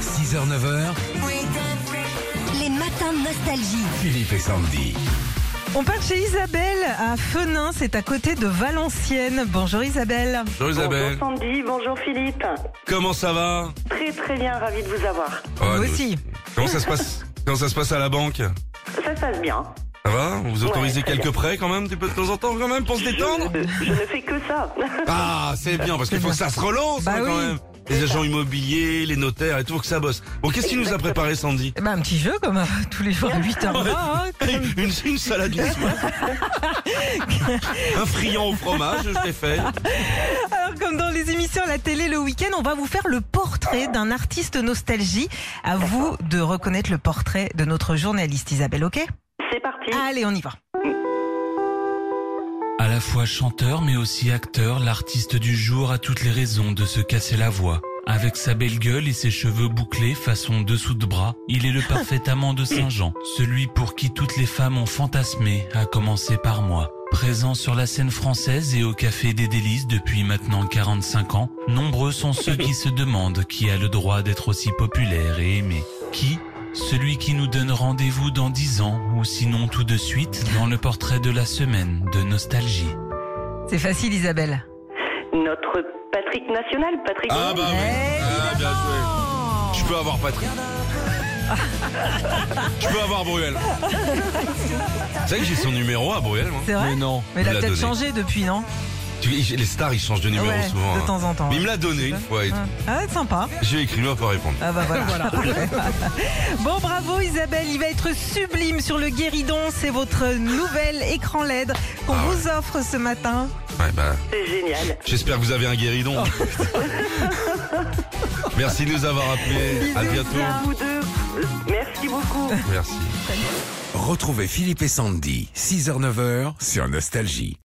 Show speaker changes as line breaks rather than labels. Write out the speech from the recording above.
6h, 9h,
Les matins de nostalgie.
Philippe et Sandy.
On part chez Isabelle à Fenin, c'est à côté de Valenciennes. Bonjour Isabelle.
Bonjour Isabelle,
Bonjour Sandy, bonjour Philippe.
comment ça va
Très très bien, ravi de vous avoir.
Ah,
Vous
nous-
aussi.
Comment ça se passe Comment ça se passe à la banque Ça
Ça se passe bien.
va Vous vous autorisez
Ouais, très
quelques prêts quand même, un petit peu de temps en temps quand même pour se détendre
Euh, Je ne fais que ça.
Ah, c'est bien parce qu'il faut que ça se relance
Bah
hein, quand
oui.
même. Les agents immobiliers, les notaires et tout, faut que ça bosse. Bon, qu'est-ce qu'il nous a préparé Sandy
Eh ben, un petit jeu comme euh, tous les jours à Hein, 8h20.
une, une salade mousse. Un friand au fromage, je l'ai fait.
Alors comme dans les émissions à la télé le week-end, on va vous faire le portrait d'un artiste nostalgie. À vous de reconnaître le portrait de notre journaliste Isabelle, ok
C'est parti.
Allez, on y va.
À la fois chanteur mais aussi acteur, l'artiste du jour a toutes les raisons de se casser la voix. Avec sa belle gueule et ses cheveux bouclés façon dessous de bras, il est le parfait amant de Saint-Jean, celui pour qui toutes les femmes ont fantasmé, à commencer par moi. Présent sur la scène française et au Café des Délices depuis maintenant 45 ans, nombreux sont ceux qui se demandent qui a le droit d'être aussi populaire et aimé. Qui celui qui nous donne rendez-vous dans 10 ans, ou sinon tout de suite, dans le portrait de la semaine de Nostalgie.
C'est facile Isabelle.
Notre Patrick National, Patrick.
Ah bah oui. Ah, bien joué. Je peux avoir Patrick. Je peux avoir Bruel. C'est vrai que j'ai son numéro à Bruel, moi.
C'est vrai
Mais non.
Mais il
Il
a
l'a
peut-être
donné.
changé depuis, non
Tu- Les stars, ils changent de numéro
Ouais,
souvent.
de
hein.
temps en temps.
Mais il me l'a donné une fois. et tout.
Ah, sympa.
J'ai écrit, il m'a pas répondu.
Ah bah voilà. bon bravo Isabelle, il va être sublime sur le guéridon, c'est votre nouvel écran LED qu'on
Ah ouais.
vous offre ce matin.
Ouais, bah,
C'est génial.
J'espère que vous avez un guéridon. Merci de nous avoir appelés. À bientôt.
À vous deux. Merci beaucoup.
Merci.
Retrouvez Philippe et Sandy, 6h, 9h sur Nostalgie.